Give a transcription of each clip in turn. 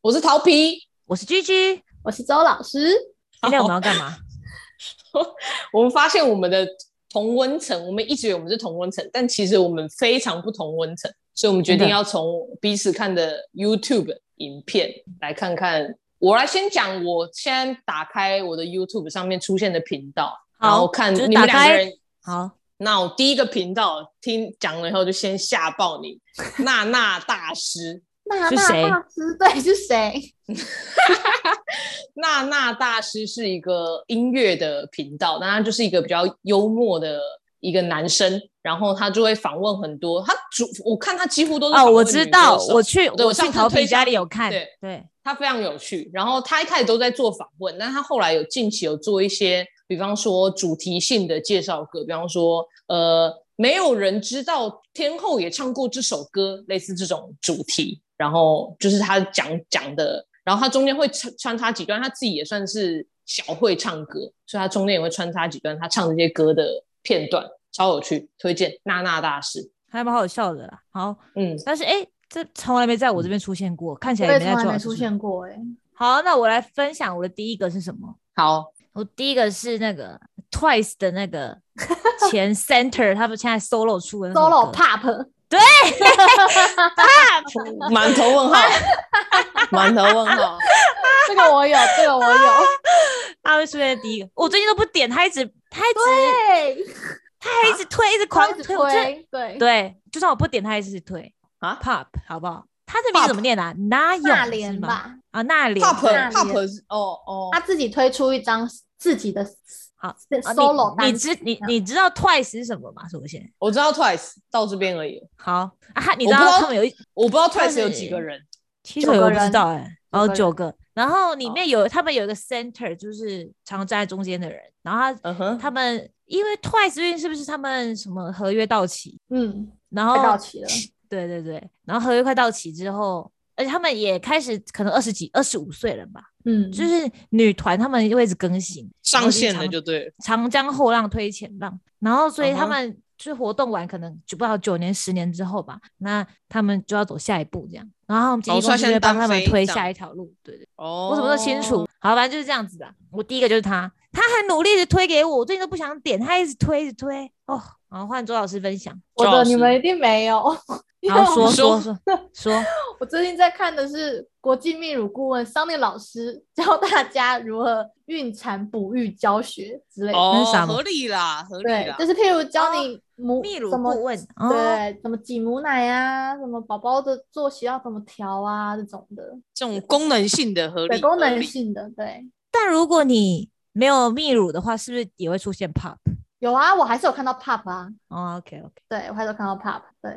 我是桃皮，我是居居。我是周老师，今天我们要干嘛？ 我们发现我们的同温层，我们一直以为我们是同温层，但其实我们非常不同温层，所以我们决定真的要从彼此看的 YouTube 影片来看看。我来先讲，我先打开我的 YouTube 上面出现的频道，然后看就是你们打两个开人。好，那我第一个频道听讲了以后，就先吓爆 你，娜娜大师，娜是娜谁大师，对，是谁？娜娜大师是一个音乐的频道，那他就是一个比较幽默的一个男生，然后他就会访问很多，他主我看他几乎都是哦，访问我女知歌道，手我去，对我我去上次桃推皮销家你里有看，对对，他非常有趣。然后他一开始都在做访问，但他后来有近期有做一些，比方说主题性的介绍歌，比方说呃，没有人知道天后也唱过这首歌，类似这种主题。然后就是他讲讲的，然后他中间会穿穿插几段，他自己也算是小会唱歌，所以他中间也会穿插几段他唱这些歌的片段，超有趣，推荐娜娜大师。还蛮好笑的啦。好，嗯，但是哎、这从来没在我这边出现过，看起我来也也没从在做来没老出师。现过哎、好，那我来分享我的第一个是什么？好，我第一个是那个 Twice 的那 个前 Center，他们现在 solo 出的那 s 首 o l o 歌 Pop，满头问号，满头问号。这个我有，这个我有，啊他会出现的第一个。我最近都不点，他一直他一啊直对，他还一直推，一直他狂一直推，我真的推，对，对，就算我不点，他还是推啊 Pop，好不好？他的名字怎么念啊？那那勇是莲吗？吧，啊，那莲 Pop 那里 Pop 是哦哦啊他，自己推出一张自己的好是啊 solo 你单你曲，知你你知道 Twice 是什么吗？首先，我知道 Twice 到这边而已，好啊，他你我知不知道道他们有一，我不知道但 Twice 是有几个人。其九实我也不个知人道哎，九哦，个九人哦个，然后里面有他们有一个 center，就是常站在中间的人，然后他嗯哼，他们因为 Twice 最近是不是他们什么合约到期，嗯，然快到后期了，对对对，然后合约快到期之后。而且他们也开始可能二十几、二十五岁了吧，嗯，就是女团她们就会一直更新，然后上就线了常就对了。长江后浪推前浪，然后所以嗯他哼们就是活动完，可能就不知道九年、十年之后吧，那他们就要走下一步这样，然后我们经哦纪所以公司现就在会帮单他们飞推这样下一条路。对对，哦我什么都清楚。。好，反正就是这样子的。我第一个就是他，他很努力的推给我，我最近都不想点，他一直推，一直推。哦，然后换周老师分享，我周老的你师们一定没有，因为然后我说说说说说，我最近在看的是国际泌乳顾问桑尼老师教大家如何孕产哺育教学之类的。哦那是啥，吗合理啦，合理哦对啦，就。是譬如教你母、泌乳怎么顾问，哦，对，怎么挤母奶啊，什么宝宝的作息要怎么调啊，这种的，这种功能性的合对，理，功合能理性的，对，但如果你没有泌乳的话，是不是也会出现 pop？有啊，我还是有看到 pop 啊，哦，OK OK，对我还是有看到 pop，对，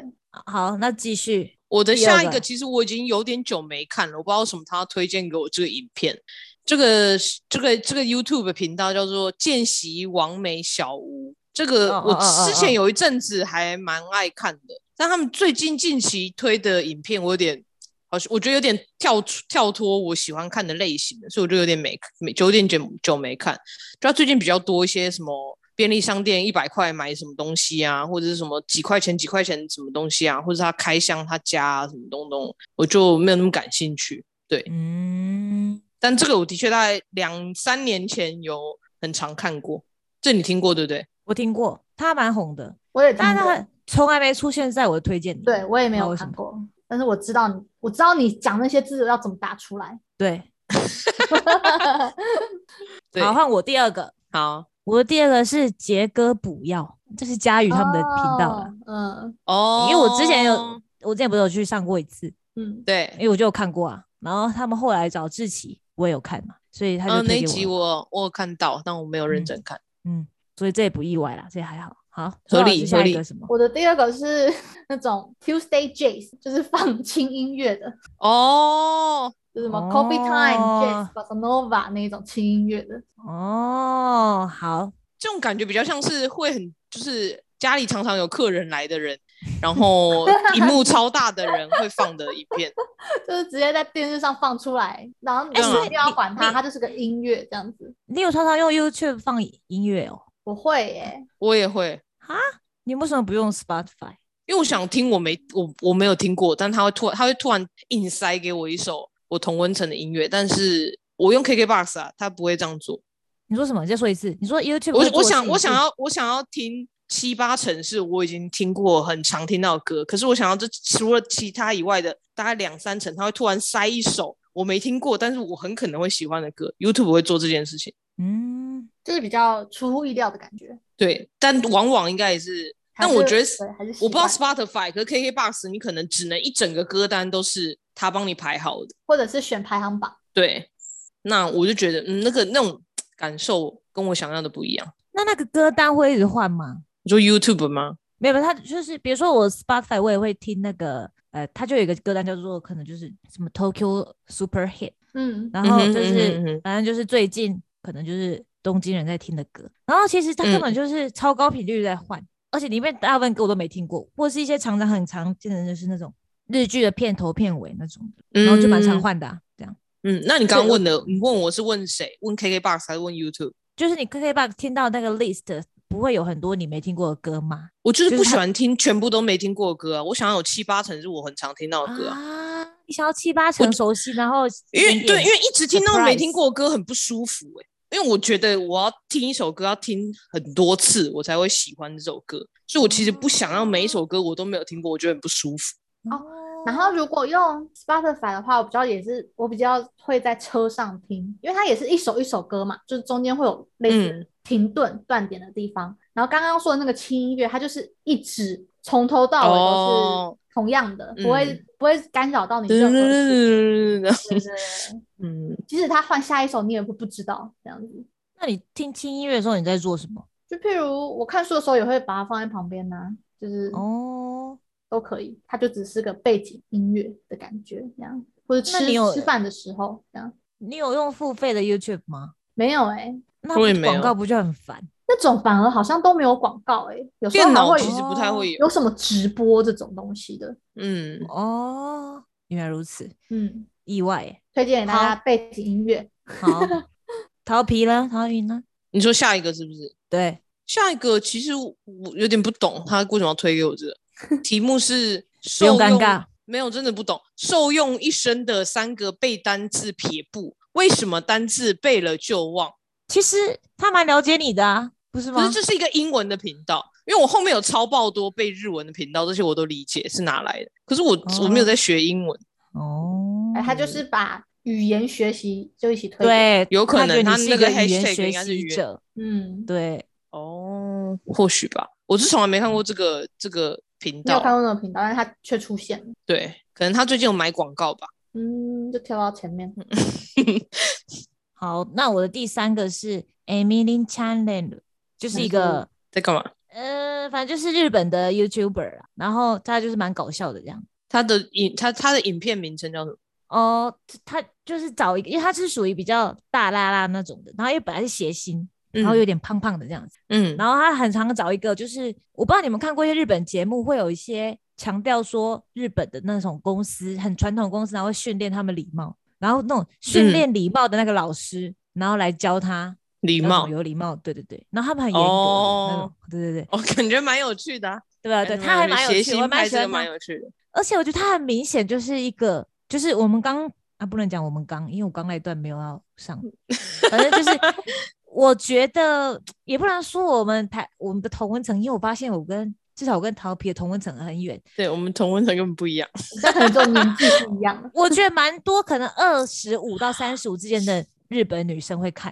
好，那继续。我的第二下一个个其实我已经有点久没看了，我不知道为什么他推荐给我这个影片。这个这个这个 YouTube 频道叫做“见习王美小屋”，这个哦我哦哦之哦前有一阵子还蛮爱看的，但他们最近近期推的影片，我有点好像我觉得有点跳出跳脱我喜欢看的类型的，所以我就有点没没有点久久没看。就他最近比较多一些什么便利商店一百块买什么东西啊，或者是什么几块钱几块钱什么东西啊，或者是他开箱他家啊什么东东，我就没有那么感兴趣。嗯，但这个我的确大概两三年前有很常看过，这你听过对不对？我听过，他蛮红的，我也听但过，他从来没出现在我的推荐里。对我也没不知道有为什看么过，但是我知道你，我知道你讲那些字要怎么打出来， 对，对，好，换我第二个，好我的第二个是杰哥补药，这是佳宇他们的频道了，哦，哦，因为我之前有，我之前不是有去上过一次，嗯嗯，对因，为我就有看过啊，然后他们后来找志奇，我也有看嘛，所以他嗯、就那推一给集我了，我我有看到，但我没有认嗯真看。嗯，所以这也不意外啦，这也还好。好，合周老师理合下一理个什么？我的第二个是 那种 Tuesday Jazz，就是放 轻音乐的，哦，就是什么哦 Coffee Time、Jazz、Bossa Nova 那一种轻音乐的。哦，好，这种感觉比较像是会很，就是家里常常有客人来的人，然后荧幕超大的人会放的影片。就是直接在电视上放出来，然后你哎也所以不要你管它，你它就是个音乐这样子。你有常常用 YouTube 放音乐哦？我会耶、我也会，你为什么不用 Spotify？因为我想听我没我我没有听过，但他会突然他会突然硬塞给我一首我同温层的音乐，但是我用 KKBOX 啊，他不会这样做。你说什么？你再说一次。你说 YouTube 我会做我的想事我情想是要我想要听七八成是我已经听过很常听到的歌，可是我想要这除了其他以外的大概两三成，他会突然塞一首我没听过，但是我很可能会喜欢的歌。YouTube 会做这件事情，嗯，就是比较出乎意料的感觉。对，但往往应该也是，还但我是觉得对还是习我不知道惯 Spotify 和 KKBox，你可能只能一整个歌单都是他帮你排好的。或者是选排行榜。对，那我就觉得，嗯，那个那种感受跟我想象的不一样。那那个歌单会一直换吗？你说 YouTube 吗？没有，他就是比如说我 Spotify 我也会听那个，呃，它就有一个歌单叫做可能就是什么 Tokyo Super Hit，嗯，然后嗯哼就嗯是、哼嗯哼反正就是最近可能就是东京人在听的歌，然后其实它根本嗯就是超高频率在换，而且里面大部分歌我都没听过，或是一些常常很常见的就是那种日剧的片头片尾那种的，然后就蛮常嗯换的、啊，这样嗯，那你刚刚对问的，你问我是问谁？问 KKBox 还是问 YouTube？就是你 KKBOX 听到那个 list 不会有很多你没听过的歌吗？我就是就是不喜他欢听全部都没听过的歌啊，我想要有七八成是我很常听到的歌啊。啊，你想要七八成熟悉，然后因为一点对，因点为一直听到没 surprise 听过的歌很不舒服哎、因为我觉得我要听一首歌要听很多次，我才会喜欢这首歌，所以我其实不想要每一首歌我都没有听过，我觉得很不舒服。哦哦然后如果用 Spotify 的话，我比较也是我比较会在车上听，因为它也是一首一首歌嘛，就是中间会有类嗯似停顿断点的地方。然后刚刚说的那个轻音乐，它就是一直从头到尾都哦是同样的，嗯不会不会干扰到你噔噔任何噔噔事。噔噔对噔对对， 嗯，即使他换下一首，你也会不知道这样子。那你听轻音乐的时候你在做什么？就譬如我看书的时候，也会把它放在旁边呐、啊嗯就是哦，都可以，它就只是个背景音乐的感觉，这样，或者那吃你有吃饭的时候这样。你有用付费的 YouTube 吗？没有哎、那我也不没广有告不就很烦？那种反而好像都没有广告哎、有时候电还脑会其实不太会有，有什么直播这种东西的。嗯，哦，原来如此，嗯，意外耶。推荐给大家背景音乐。 好，逃皮了，逃皮呢？你说下一个是不是？对，下一个其实我我有点不懂他为什么要推给我这 个题目是不受用用尴尬，没有真的不懂受用一生的三个背单字撇步，为什么单字背了就忘？其实他蛮了解你的啊，不是可吗是？这是一个英文的频道，因为我后面有超爆多背日文的频道，这些我都理解是哪来的。可是我、我没有在学英文，哦哎、，他就是把语言学习就一起推。，对，有可他能觉得他你是那一个语言 hashtag 学应该是习语言者，嗯，对，哦，或许吧，我是从来没看过这个这个频没有看道，过那种频道，但是它却出现了。对，可能他最近有买广告吧。嗯，就跳到前面。好，那我的第三个是 Emily Chandler，就是一那是个在干嘛？呃，反正就是日本的 YouTuber 啊，然后他就是蛮搞笑的这样。他的影他他的影片名称叫什么？哦，他就是找一个，因为他是属于比较大拉拉那种的，然后因为本来是谐星，然后有点胖胖的这样子，嗯然后他很常找一个，就是我不知道你们看过一些日本节目，会有一些强调说日本的那种公司很传统公司，然后会训练他们礼貌，然后那种训嗯练礼貌的那个老师，然后来教他礼要怎么貌，有礼貌，对对对，然后他们很严格的那种，哦对对对我感觉蛮有趣的、啊。嗯对啊，对，他还蛮有谐趣，我星还蛮拍喜这个欢蛮他，有趣的。而且我觉得他很明显就是一个，就是我们刚啊不能讲我们刚，因为我刚那一段没有要上，反正就是我觉得也不能说我们台我们的同温层，因为我发现我跟至少我跟桃皮的同温层很远，对我们同温层根本不一样。那可能就年纪不一样了。我觉得蛮多可能二十五到三十五之间的日本女生会看，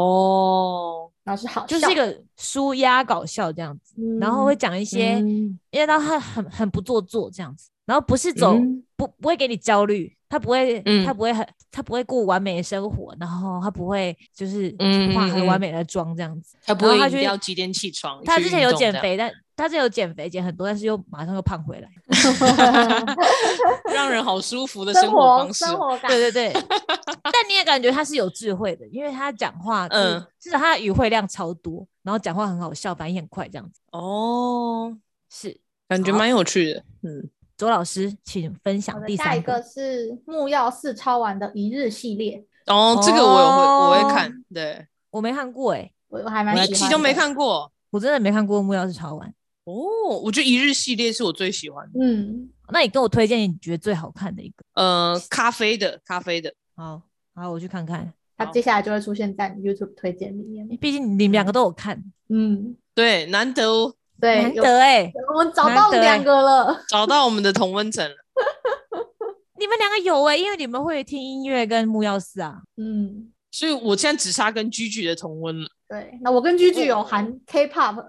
哦，然后是好笑，就是一个舒压搞笑这样子，嗯，然后会讲一些。因为到他很很不做作这样子，然后不是走、嗯不不会给你焦虑，他不会、嗯他不会很他不会过完美的生活，然后他不会就是嗯化嗯很完嗯美的妆这样子。他不然后会他一定去要几点起床？他去之前运有动减这样，肥，但他之前有减肥减很多，但是又马上又胖回来。 让人好舒服的生活活方式。生活感。对对对， 但你也感觉他是有智慧的，因为他讲话，嗯嗯，至少他的语汇量超多，然后讲话很好笑，反应很快这样子。哦，是感觉好蛮有趣的。嗯，周老师，请分享好的第下一三个个。是木曜四超玩的一日系列，哦，这个我有会我哦会看，对，我没看过哎、我我还蛮我喜一欢的。集都没看过。我真的没看过《木曜是潮玩》。哦，我觉得一日系列是我最喜欢的。嗯，那你跟我推荐你觉得最好看的一个。呃，咖啡的，咖啡的，好，好，我去看看。它接下来就会出现在你 YouTube 推荐里面。毕竟你们两个都有看，嗯，对，难得哦对，难有得哎、我们找到难得两个了，找到我们的同温层了。你们两个有哎、因为你们会听音乐跟木曜四啊。嗯，所以我现在只差跟居居的同 温了。对。那我跟居居有含 K-pop，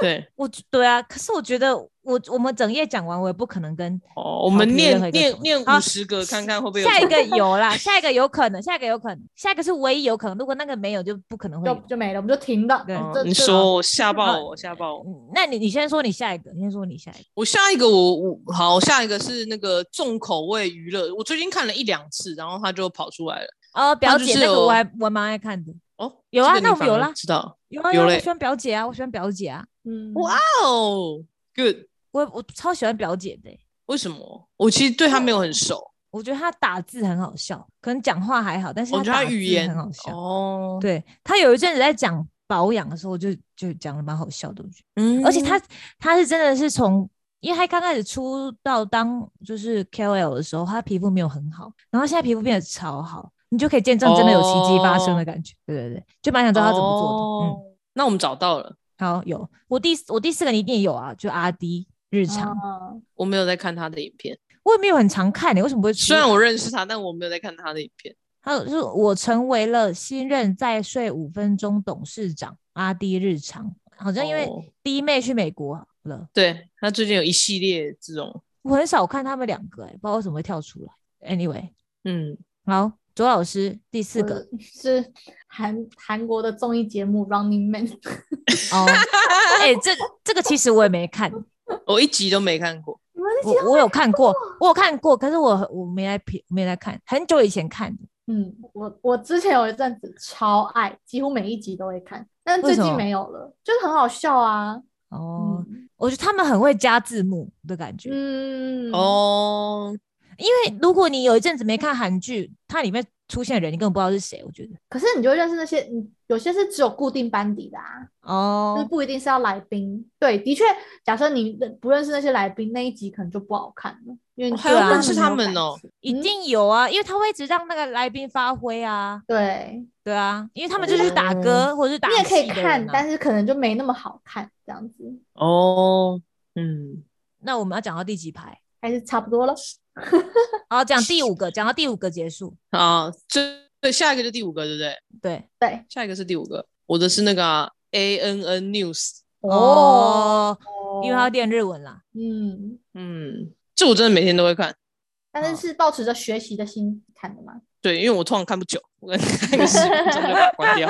对，我觉对啊，可是我觉得我我们整夜讲完，我也不可能跟哦，我们任何念一念个同温念好五十个，看看会不会有下一同温。个有啦，下一个有可能，下一个有可能，下一个是唯一有可能。如果那个没有，就不可能会就有。就没了，我们就停了。对哦这你这说我吓爆好我，吓爆我！嗯那你你先说你下一个，你先说你下一个。我下一个我我好，下一个是那个重口味娱乐，我最近看了一两次，然后它就跑出来了。哦，表就姐是那个有我还我还蛮爱看的。哦，有啊这个那你我们反有而啦知道有啊，有有啊嘞我喜欢表姐啊，我喜欢表姐啊，嗯，哇哦，good，我我超喜欢表姐的欸、为什么？我其实对他没有很熟，我觉得她打字很好笑，可能讲话还好，但是我觉哦得他她打语字言很好笑。哦，，对她有一阵子在讲保养的时候就，就讲的蛮好笑的，我觉得。嗯而且她她是真的是从，因为她刚开始出道当就是 KOL 的时候，她皮肤没有很好，然后现在皮肤变得超好，你就可以见证真的有奇迹发生的感觉。对对对，就蛮想知道她怎么做的。嗯，哦那我们找到了，好，有我第我第四个你一定有啊，就阿迪日哦常，嗯我没有在看他的影片，我也没有很常看你、欸为什么不会出？虽然我认识他，但我没有在看他的影片。还有就是我成为了新任再睡五分钟董事长阿迪日常，好像因为哦弟妹去美国了，对他最近有一系列这种，我很少看他们两个、欸，不知道为什么会跳出来。Anyway，嗯，好，左老师第四个我嗯是韩韩国的综艺节目《Running Man》，哦，哎、 这这个其实我也没看，我一集都没看过。你们是喜欢我我有看过，我有看过，可是我我没来评，没来看，很久以前看的，嗯，我我之前有一阵子超爱，几乎每一集都会看，但是为最什近么没有了，就是很好笑啊。哦，嗯我觉得他们很会加字幕的感觉，嗯，哦，因为如果你有一阵子没看韩剧，它里面出现的人你根本不知道是谁，我觉得。可是你就会认识那些，嗯，有些是只有固定班底的啊，就哦，是不一定是要来宾。对，的确，假设你认不认识那些来宾，那一集可能就不好看了，因为你还要对啊认识没他有们感哦情一嗯定有啊，因为他会一直让那个来宾发挥啊，对，对啊，因为他们就是哦打歌或者是打你也可以戏的人看，啊但是可能就没那么好看，这样子哦，嗯，那我们要讲到第几排？还是差不多了。好，讲第五个，讲到第五个结束。啊，这对下一个就第五个，对不对？对，对，下一个是第五个，我的是那个、啊、A N N News，哦，因为他要练日文啦。嗯，嗯，这我真的每天都会看，但好是是保持着学习的心看的嘛。对，因为我通常看不久，我可能看个十分钟就把它关 掉。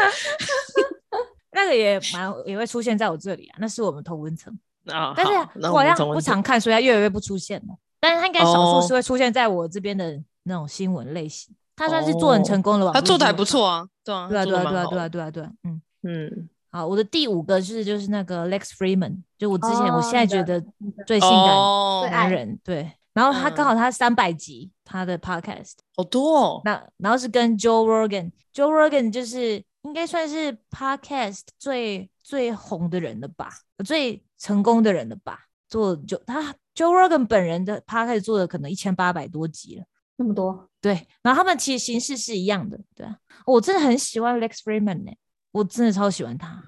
那个也蛮也会出现在我这里啊，那是我们同温层，啊，但是好那我好们像重温不这个常看，所以它越来越不出现了。但是它应该少哦数是会出现在我这边的那种新闻类型，它算是做很哦成功的网他络做的还新闻不错啊，对啊，对啊，他做对啊，得对啊，蛮好对啊，的，对啊，对啊，嗯，嗯，好，我的第五个是就是那个 Lex Freeman，就我之前、我哦现在你觉的得你的最性感哦对男人，对。然后他嗯刚好他三百集他的 podcast，好多哦，那然后是跟 Joe Rogan，Joe Rogan 就是应该算是 podcast 最最红的人了吧，最成功的人了吧。做就他 Joe Rogan 本人的 podcast 做了可能一千八百多集了。那么多，对，然后他们其实形式是一样的，对啊，我真的很喜欢 Lex Freeman 呢、我真的超喜欢他。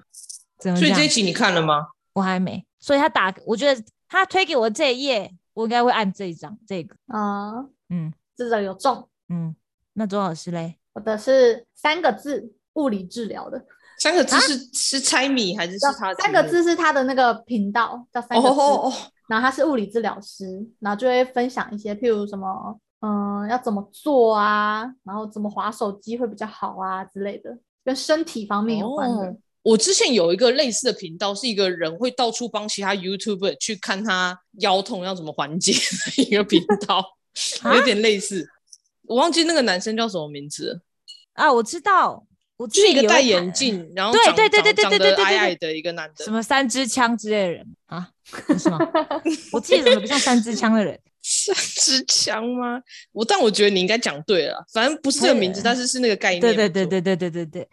怎么所以讲这一？集你看了吗？我还没，所以他打，我觉得他推给我这一页，我应该会按这一张这个，啊、嗯这个有中。嗯。那周老师嘞？我的是三个字，物理治疗的，三个啊字是是猜谜还是是他三个字是他的那个频道叫哦三个字，哦哦，然后他是物理治疗师，然后就会分享一些，譬如什么，嗯，要怎么做啊，然后怎么划手机会比较好啊之类的，跟身体方面有关的。哦我之前有一个类似的频道，是一个人会到处帮其他 YouTuber 去看他腰痛要怎么缓解的一个频道，啊有点类似。我忘记那个男生叫什么名字了，啊，我知道，我就自是己一个也会戴看眼，镜，然后对长对对对对长长对对得对矮对矮的一个男的什，么三支枪之类的人啊？不 是吗？我自己怎么不像三支枪的人？三支枪吗？我但我觉得你应该讲对了啦，反正不是这个名字，对但是是那 个概念。对对对，对对对对 对，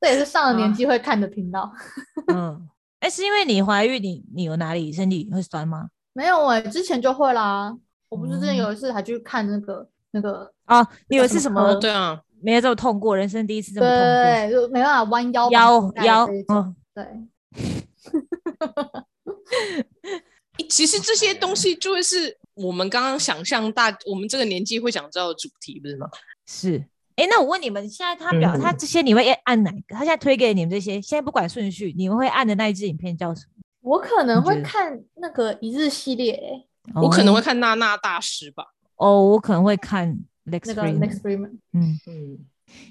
这也是上了啊年纪会看的频道。 嗯。哎，是因为你怀孕，你你有哪里身体会酸吗？没有哎、之前就会啦。我不是之前有一次还去看那个、那个，哦，你有一次 什什么么对啊，没有这么痛过，人生第一次这么痛对，就没办法弯腰过，腰绑腰带这一，种嗯，对，其实这些东西就会是我们刚刚想象大，我们这个年纪会想知道的主题，不是吗？是。哎，那我问你们，现在他表他嗯这些你会按哪个？他现在推给你们这些，现在不管顺序，你们会按的那一支影片叫什我可能你觉会得看那个一日系列欸、么？我可能会哦看娜娜大师吧。哦，我可能会看 Lex 那 f 个 r e e m a Next n Freeman，嗯，嗯，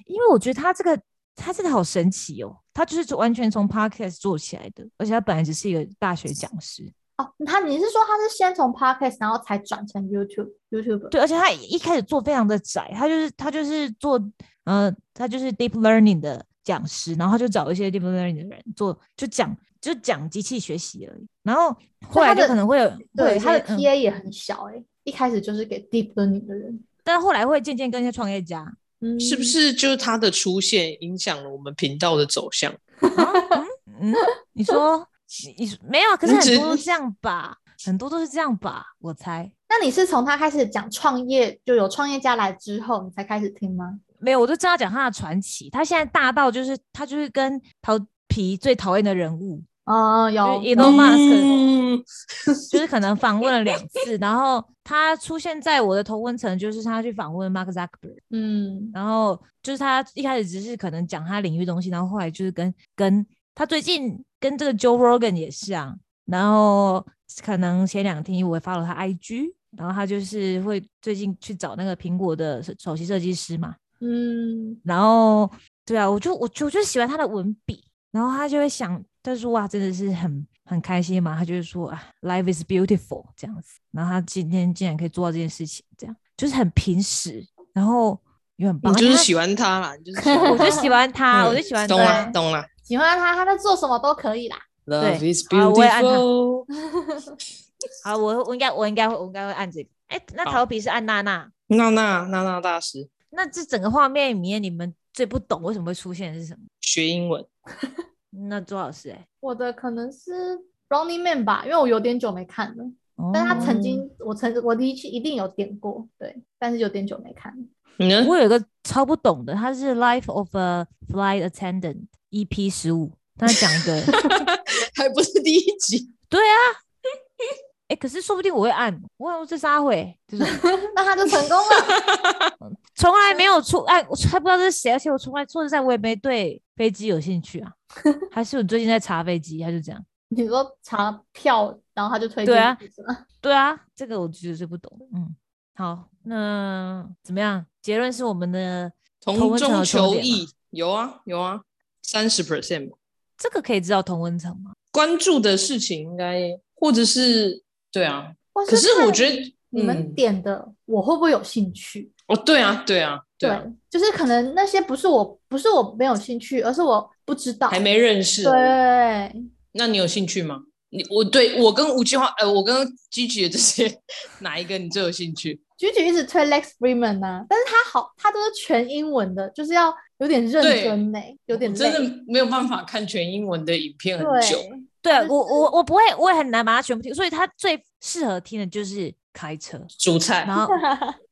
因为我觉得他这个他真的好神奇哦，他就是完全从 podcast 做起来的，而且他本来只是一个大学讲师，哦，他你是说他是先从 podcast，然后才转成 YouTube YouTube？对，而且他一开始做非常的窄，他就是他就是做呃，他就是 deep learning 的讲师，然后他就找一些 deep learning 的人做，就讲就讲机器学习而已。然后后他来就的可能会有会对，有他他的的、嗯， TA 也很小哎、一开始就是给 deep learning 的人，但后来会渐渐跟一些创业家，嗯，是不？是就是它的出现影响了我们频道的走向？啊嗯嗯，你说你你说没有啊，可是你很只多都这样吧，很多都是这样吧，我猜那你是从他开始讲创业，就有创业家来之后，你才开始听吗？没有，我就知道讲他的传奇，他现在大到就是他就是跟陶皮最讨厌的人物，哦，有就是有 Elon Musk 嗯，就是可能访问了两次，然后他出现在我的同温层，就是他去访问 Mark Zuckerberg，嗯，然后就是他一开始只是可能讲他领域东西，然后后来就是跟跟他最近跟这个 Joe Rogan 也是啊，然后可能前两天我也 follow 他 IG，然后他就是会最近去找那个苹果的首首席设计师嘛，嗯，然后对啊，我就我就我就喜欢他的文笔，然后他就会想，他说哇，真的是很很开心嘛，他就是说啊，life is beautiful 这样子，然后他今天竟然可以做到这件事情，这样就是很平实，然后也很你棒，就是喜喜欢它啦，你就是喜欢， 欢哦我就喜欢他，嗯我就喜欢啊懂他，啦，对懂啦。喜欢他，他在做什么都可以啦。 Love is 好我也按它 beautiful。 好，我我应该我应该会我应该会按这个，哎，那好桃皮是按娜娜，娜娜娜娜大师那这整个画面里面你们最不懂为什么会出现的是什么？学英文，那周老师哎、我的可能是 Running Man 吧，因为我有点久没看了，但是他曾经，哦我曾我的确一定有点过，对，但是有点久没看了。你呢？我有一个超不懂的，他是《Life of a Flight Attendant》EP 十五，他在讲一个，还不是第一集，哎、可是说不定我会按，我我这啥会，就是那他就成功了， 从来没有出按，我还不知道这是谁，而且我从来说实在，我也没对飞机有兴趣啊，还是我最近在查飞机，他就这样，你说查票，然后他就推对啊进去是吗？对啊，这个我觉得是不懂的，嗯，好，那怎么样？结论是我们的同同温层有中重求叠吗异，有啊有啊，三十 percent 这个可以知道同温层吗？关注的事情应该，或者是对啊，或可是我看觉得你们嗯点的，我会不会有兴趣？哦，对啊对啊对啊，就是可能那些不是我，不是我没有兴趣，而是我不知道。还没认识，对，那你有兴趣吗？你我对我跟吴计划，呃，我跟 Gigi 的这些哪一个你最有兴趣？菊菊一直推 Lex Freeman 呐、但是他好，他都是全英文的，就是要有点认对真呢、有点我真累的没有办法看全英文的影片很久。对，对就我我我不会，我也很难把它全部听，所以他最适合听的就是开车， 主菜然后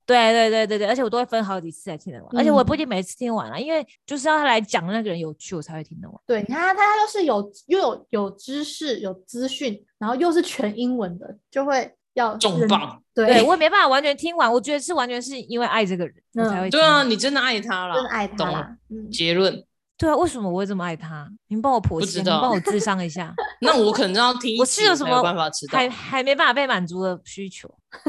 对对对对对，而且我都会分好几次才听得完，而且我也不一嗯定每次听完了，因为就是要他来讲那个人有趣，我才会听得完。对，你看他，他又是有又有有知识、有资讯，然后又是全英文的，就会要重认。磅，对 对，我也没办法完全听完，我觉得是完全是因为爱这个人，我才嗯会对啊，听，你真的爱他真的啦。爱他懂啦。嗯，结论，对啊，为什么我会这么爱他？你们帮我剖不析，知你们道帮我智商 一下，那我可能要听一集我是有什才么办法知道还还没办法被满足的需求。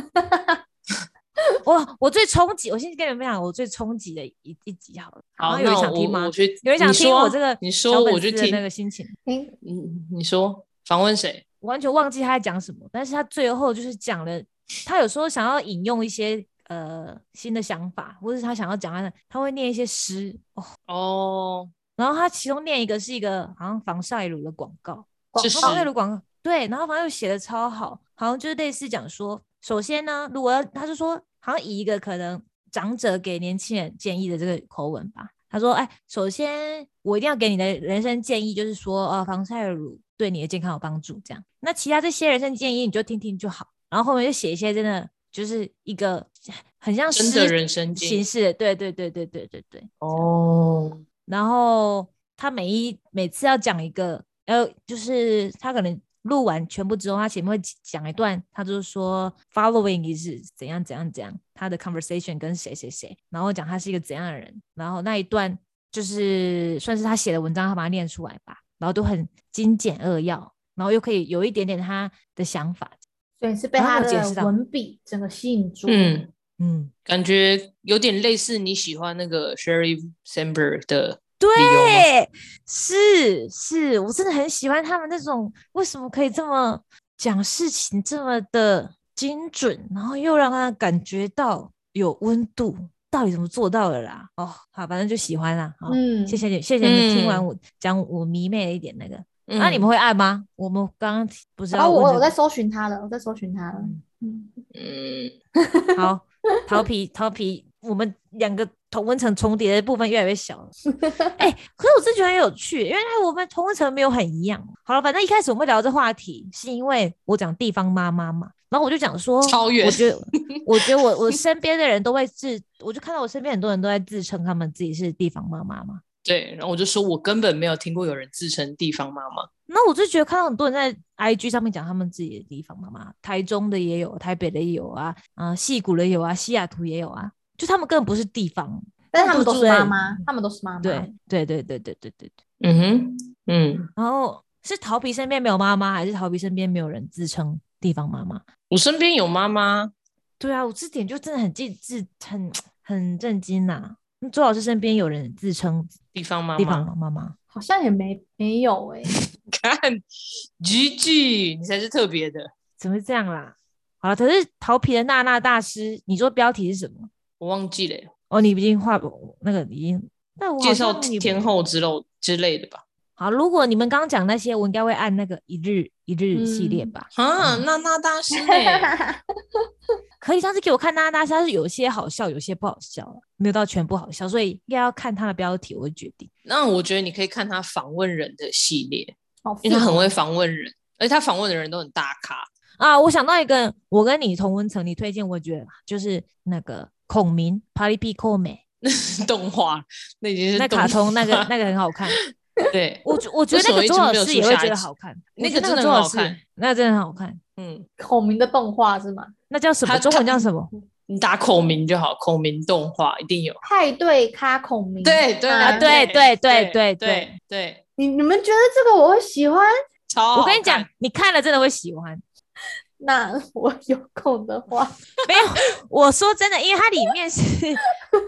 我我最冲击，我先跟你们分享我最冲击的一一集好了。好，有人那想我听吗我？去，有人想你听说我这个你小说粉我去丝的听那个心情，听嗯，你说访问谁？我完全忘记他在讲什么，但是他最后就是讲了，他有时候想要引用一些呃新的想法，或是他想要讲他的，他会念一些诗哦。哦，然后他其中念一个是一个好像防晒乳的广告，广是然诗后防晒乳广告对，然后防晒乳写的超好，好像就是类似讲说，首先呢，如果要他就说好像以一个可能长者给年轻人建议的这个口吻吧，他说，哎，首先我一定要给你的人生建议就是说，呃，防晒乳对你的健康有帮助，这样。那其他这些人生建议你就听听就好。然后后面就写一些真的就是一个很像真的诗人生形经式的，对对对对对对对。哦，然后他每一每次要讲一个，呃，就是他可能录完全部之后，他前面会讲一段，他就是说 following is 怎样怎样怎样，他的 conversation 跟谁谁谁，然后讲他是一个怎样的人，然后那一段就是算是他写的文章，他把它念出来吧，然后都很精简扼要，然后又可以有一点点他的想法，所以是被然后他我解释的到文笔整个吸引住。嗯，嗯，感觉有点类似你喜欢那个 Sherry Sandberg 的，对，是是，我真的很喜欢他们那种为什么可以这么讲事情这么的精准，然后又让他感觉到有温度，到底怎么做到的啦？哦，好，反正就喜欢啦。好，嗯，谢谢你，谢谢你听完嗯我讲我迷妹的一点那个，啊嗯那你们会按吗？我们刚刚提不知然道后问哦我这我在个，搜寻他了，我在搜寻他了。嗯，嗯， 好，桃皮桃皮，我们两个同温层重叠的部分越来越小了。 哎、可是我真觉得很有趣，因为我们同温层没有很一样。好了，反正一开始我们会聊这话题，是因为我讲地方妈妈嘛，然后我就讲说，超远我觉得，我觉得我我身边的人都会自，我就看到我身边很多人都在自称他们自己是地方妈妈嘛。对，然后我就说我根本没有听过有人自称地方妈妈，那我就觉得看到很多人在 IG 上面讲他们自己的地方妈妈，台中的也有，台北的也有啊，啊、戏谷的也有啊，西雅图也有啊，就他们根本不是地方，但是他们都住是在妈妈，他们都是妈妈。对对对对对对对对。嗯哼，嗯，然后是逃避身边没有妈妈，还是逃避身边没有人自称地方妈妈？我身边有妈妈，对啊，我这点就真的很记自很很震惊呐、嗯那周老师身边有人自称地方妈地方妈，妈妈，好像也没没有哎、看 g g 你才是特别的，怎么会这样啦？好了，可是逃皮的娜娜大师，你说标题是什么？我忘记了，哦，你已经画那个已经，那我好介绍像你天后之后之类的吧。好，如果你们刚刚讲那些，我应该会按那个一日一日系列嗯吧。啊，嗯娜娜大 师、欸，可以上次给我看娜娜，她是有些好笑，有些不好笑，没有到全部好笑，所以应该要看她的标题，我会决定。那我觉得你可以看她访问人的系列，好因为她很废会访问人，而且她访问的人都很大咖。 啊，我想到一个，我跟你同温层，你推荐，我觉得就是那个孔明 p a r i p i k o m e 动画，那已经是那动卡通那个画那个很好 看，对，我觉我觉得为什么那个一周直老没有师出也会下觉一得集好看，我那觉个得真的周很老好师看，那个真的很好看，嗯，孔明的动画是吗？那叫什么？他中文他叫什么？你打口名就好，口名动画一定有。派对咖孔明。对对啊对嗯对对对对对对，你你们觉得这个我会喜欢？超我好跟你讲看，，你看了真的会喜欢。那 我有空的话，没 有，我说真的，因为它里面是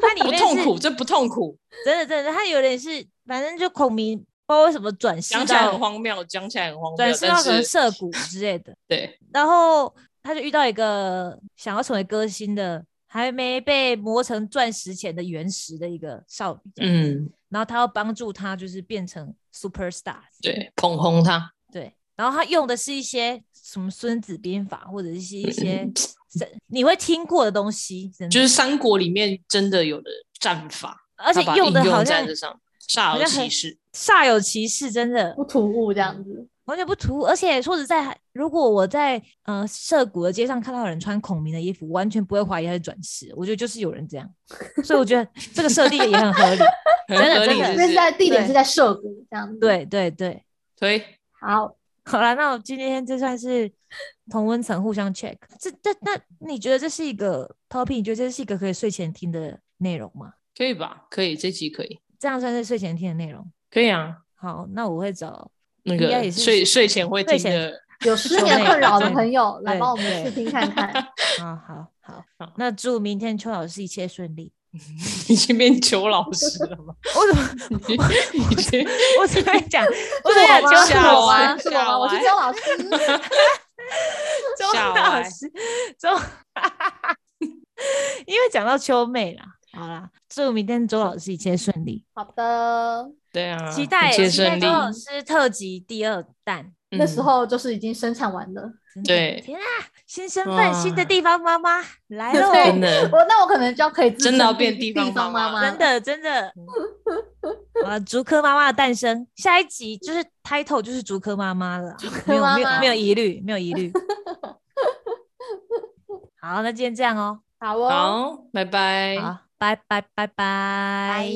它里不面痛是苦，这哦不痛苦，真的真的，它有点是，反正就孔明不知道为什么转世讲起来到很荒谬，讲起来很荒转谬，世到可能但是涉谷之类的。对，然后他就遇到一个想要成为歌星的，还没被磨成钻石前的原石的一个少女，，嗯，然后他要帮助他，就是变成 super star，对，捧红他，对，然后他用的是一些什么《孙子兵法》或者是一些神你会听过的东西，真嗯就的，是三国里面真的有的战法，而且他把它用的应好在像这上，煞好有像其很事，煞有其事，真的不突兀这样子。完全不突兀。而且说实在，如果我在呃涉谷的街上看到有人穿孔明的衣服，完全不会怀疑他是转世。我觉得就是有人这样，所以我觉得这个设定也很 合理。很真的合理，真的是因不为是是？在地点对是在涉谷这样子。，对对对，推好，好啦，那我今天这算是同温层互相 check。这这那你觉得这是一个 topic？你觉得这是一个可以睡前听的内容吗？可以吧？可以，这集可以，这样算是睡前听的内容？可以啊。好，那我会找那应该个也是睡睡前会睡听前的， 有失眠困扰的对朋友来对帮我们对试听看看。啊，好好好那祝明天邱老师一切顺利。已经变邱老师了吗？我怎么你已经 我只会 讲，我是 只会讲我邱吗？吓完啊老师，是我吗？是我吗？我是吓周老师。周吓老歪师，周， 因为讲到秋妹啦，好啦，祝明天周老师一切顺利，好的，对啊，期待一切期待顺利周。老师特辑第二弹。那时嗯候就是已经生产完了。真的对天啊，新身份，新的哇地方妈妈 来喽！对真的 我那我可能就要可以自真的要称变地地方方妈妈妈真的真的，啊，竹科妈妈的诞生，下一集就是 title 就是竹科妈妈了，没有妈没有妈没有疑虑，没有疑虑。好，那今天这样哦，哦好哦，哦好，拜拜。好，拜拜拜拜。拜。